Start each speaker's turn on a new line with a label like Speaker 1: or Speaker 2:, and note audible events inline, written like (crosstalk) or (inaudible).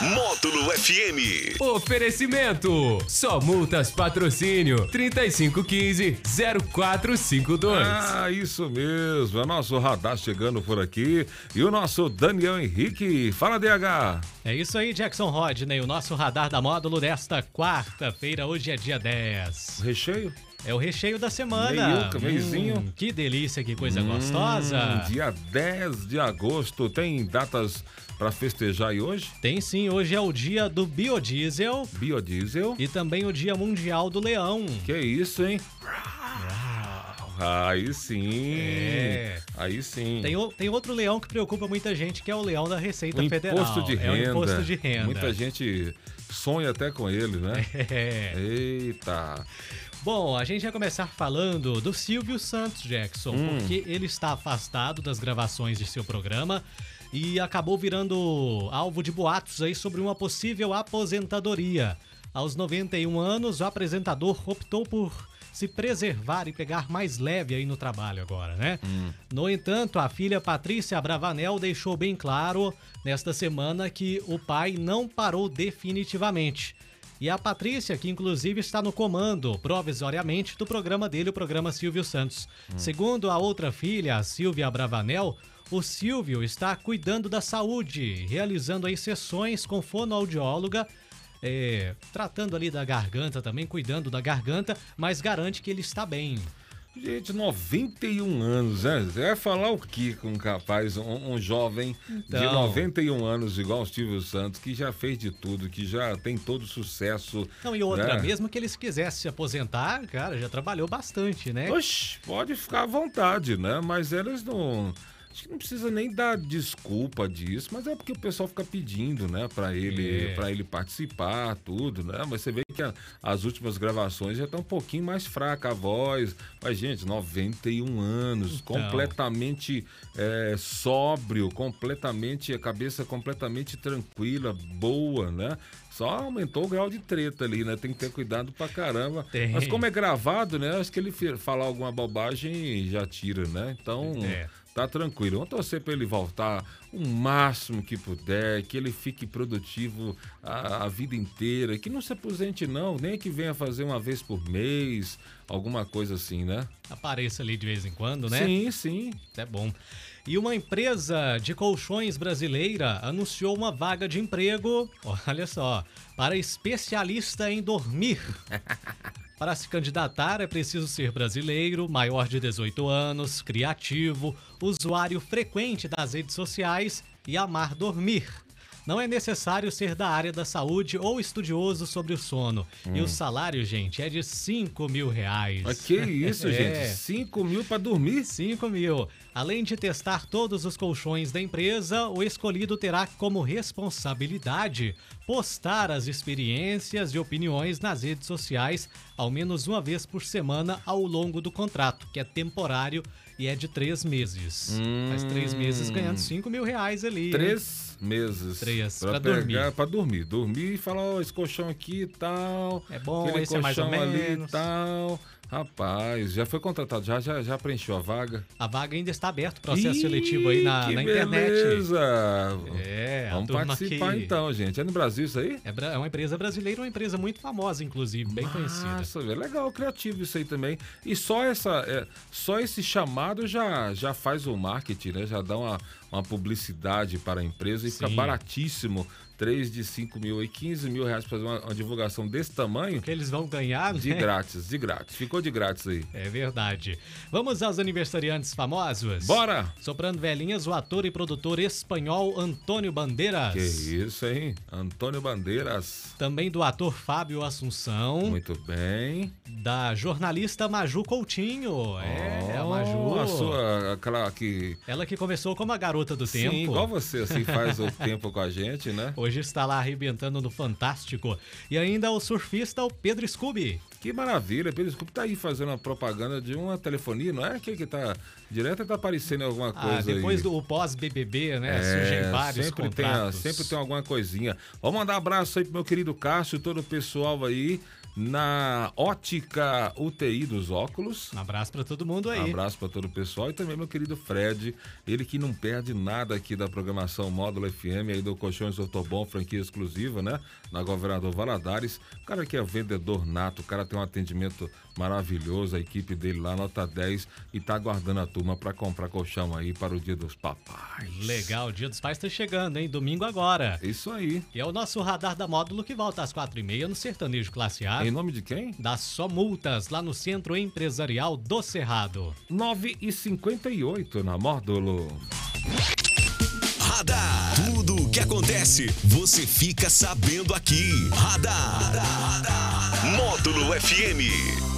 Speaker 1: Módulo FM.
Speaker 2: Oferecimento: Só Multas Patrocínio 3515-0452.
Speaker 3: Ah, isso mesmo. É nosso radar chegando por aqui. E o nosso Daniel Henrique. Fala, DH.
Speaker 4: É isso aí, Jackson Rodney, o nosso radar da módulo desta quarta-feira. Hoje é dia 10.
Speaker 3: Recheio?
Speaker 4: É o recheio da semana. Hum,
Speaker 3: Meiuca, meizinho.
Speaker 4: que delícia, que coisa gostosa.
Speaker 3: Dia 10 de agosto. Tem datas para festejar aí hoje?
Speaker 4: Tem sim, hoje é o dia do biodiesel
Speaker 3: Biodiesel.
Speaker 4: e também o dia mundial do leão.
Speaker 3: Que isso, hein? Aí sim.
Speaker 4: É.
Speaker 3: Aí sim.
Speaker 4: Tem, o- tem outro leão que preocupa muita gente, que é o leão da Receita
Speaker 3: o
Speaker 4: Federal.
Speaker 3: imposto de renda.
Speaker 4: É o imposto de renda.
Speaker 3: Muita gente sonha até com ele, né?
Speaker 4: (laughs) É.
Speaker 3: Eita.
Speaker 4: Bom, a gente vai começar falando do Silvio Santos Jackson, porque ele está afastado das gravações de seu programa e acabou virando alvo de boatos aí sobre uma possível aposentadoria. Aos 91 anos, o apresentador optou por se preservar e pegar mais leve aí no trabalho agora, né? No entanto, a filha Patrícia Bravanel deixou bem claro nesta semana que o pai não parou definitivamente. E a Patrícia, que inclusive está no comando, provisoriamente, do programa dele, o programa Silvio Santos. Segundo a outra filha, a Silvia Bravanel, o Silvio está cuidando da saúde, realizando aí sessões com fonoaudióloga, é, tratando ali da garganta também, cuidando da garganta, mas garante que ele está bem.
Speaker 3: Gente, 91 anos, né? Você Vai falar o que com um capaz, um, um jovem de
Speaker 4: Então.
Speaker 3: 91 anos, igual o Silvio Santos, que já fez de tudo, que já tem todo o sucesso.
Speaker 4: Não, e outra,
Speaker 3: né?
Speaker 4: mesmo que eles quisessem se aposentar, cara, já trabalhou bastante, né?
Speaker 3: Oxe, pode ficar à vontade, né? Mas eles não. Acho que não precisa nem dar desculpa disso, mas é porque o pessoal fica pedindo, né, Pra ele,
Speaker 4: É.
Speaker 3: para ele participar, tudo, né? Mas você vê que a- as últimas gravações já estão um pouquinho mais fraca a voz. Mas gente, 91 anos,
Speaker 4: Então.
Speaker 3: completamente é, sóbrio, completamente a cabeça completamente tranquila, boa, né? Só aumentou o grau de treta ali, né? Tem que ter cuidado pra caramba.
Speaker 4: Tem.
Speaker 3: Mas como é gravado, né? Acho que ele fe- falar alguma bobagem já tira, né? Então,
Speaker 4: É.
Speaker 3: tá tranquilo. Vamos torcer pra ele voltar o máximo que puder, que ele fique produtivo a, a vida inteira, que não se aposente não, nem que venha fazer uma vez por mês, alguma coisa assim, né?
Speaker 4: Apareça ali de vez em quando, né?
Speaker 3: Sim, sim.
Speaker 4: Isso é bom. E uma empresa de colchões brasileira anunciou uma vaga de emprego, olha só, para especialista
Speaker 3: (laughs)
Speaker 4: em dormir. Para se candidatar é preciso ser brasileiro, maior de 18 anos, criativo, usuário frequente das redes sociais e amar dormir. Não é necessário ser da área da saúde ou estudioso sobre o sono. E o salário, gente, é de 5 mil reais.
Speaker 3: Mas Hum. Ah, que isso,
Speaker 4: (laughs) É.
Speaker 3: gente? 5 mil pra dormir?
Speaker 4: 5 mil. Além de testar todos os colchões da empresa, o escolhido terá como responsabilidade postar as experiências e opiniões nas redes sociais ao menos uma vez por semana ao longo do contrato, que é temporário e é de três meses. Faz três meses ganhando 5 mil reais ali. né?
Speaker 3: Hum. Três meses.
Speaker 4: Três,
Speaker 3: Pra,
Speaker 4: pra
Speaker 3: pegar,
Speaker 4: dormir.
Speaker 3: Pra dormir. Dormir e falar, ó, esse colchão aqui e tal.
Speaker 4: É bom,
Speaker 3: aquele
Speaker 4: esse é mais ou
Speaker 3: colchão ali e
Speaker 4: menos.
Speaker 3: tal. Rapaz, já foi contratado, já, já, já preencheu a vaga.
Speaker 4: A vaga ainda está aberta, o processo
Speaker 3: Ih,
Speaker 4: seletivo aí na,
Speaker 3: que
Speaker 4: na internet.
Speaker 3: Beleza!
Speaker 4: É, a
Speaker 3: Vamos
Speaker 4: turma
Speaker 3: participar
Speaker 4: que-
Speaker 3: então, gente. É no Brasil isso aí?
Speaker 4: É bra- é uma empresa brasileira, uma empresa muito famosa, inclusive, bem conhecida.
Speaker 3: Nossa, velho, Ah, é legal, criativo isso aí também. E só essa, é, só esse chamado já, já faz o marketing, né? Já dá uma, uma publicidade para a empresa e fica
Speaker 4: Sim.
Speaker 3: baratíssimo. 3 de 5 mil e 15 mil reais para fazer uma, uma divulgação desse tamanho,
Speaker 4: que eles vão ganhar,
Speaker 3: de
Speaker 4: né?
Speaker 3: grátis, de grátis. Ficou de grátis aí.
Speaker 4: É verdade. Vamos aos aniversariantes famosos?
Speaker 3: Bora!
Speaker 4: Soprando velhinhas, o ator e produtor espanhol Antônio Bandeiras.
Speaker 3: Que isso, hein? Antônio Bandeiras.
Speaker 4: Também do ator Fábio Assunção.
Speaker 3: Muito bem.
Speaker 4: Da jornalista Maju Coutinho. É, a
Speaker 3: Oh,
Speaker 4: Maju.
Speaker 3: A sua, aquela que
Speaker 4: Ela que começou como a garota do tempo.
Speaker 3: Sim, igual você, assim, faz o (laughs) tempo com a gente, né?
Speaker 4: Hoje hoje está lá arrebentando no Fantástico. E ainda o surfista, o Pedro Scooby.
Speaker 3: Que maravilha, Pedro Scooby tá aí fazendo uma propaganda de uma telefonia, não é? Que que tá direto tá aparecendo alguma coisa
Speaker 4: Ah, depois
Speaker 3: aí. É,
Speaker 4: do pós-BBB, né? surgem vários
Speaker 3: sempre
Speaker 4: contratos.
Speaker 3: Tem, sempre tem alguma coisinha. Vamos mandar um abraço aí pro meu querido Cássio e todo o pessoal aí na Ótica UTI dos óculos.
Speaker 4: Um abraço pra todo mundo aí.
Speaker 3: Um abraço para todo o pessoal e também meu querido Fred, ele que não perde nada aqui da programação Módulo FM, aí do Colchões Ortobon, franquia exclusiva, né? Na Governador Valadares. O cara que é vendedor nato, o cara tem um atendimento maravilhoso, a equipe dele lá, nota 10, e tá aguardando a turma para comprar colchão aí para o Dia dos Papais.
Speaker 4: Legal, o Dia dos Pais tá chegando, hein? Domingo agora.
Speaker 3: É Isso aí.
Speaker 4: E é o nosso radar da módulo que volta às 4h30 no Sertanejo Classe A.
Speaker 3: Em nome de quem?
Speaker 4: Dá só multas lá no Centro Empresarial do Cerrado.
Speaker 3: 9 e 58 na Módulo.
Speaker 1: Radar. Tudo o que acontece, você fica sabendo aqui. Radar. Módulo FM.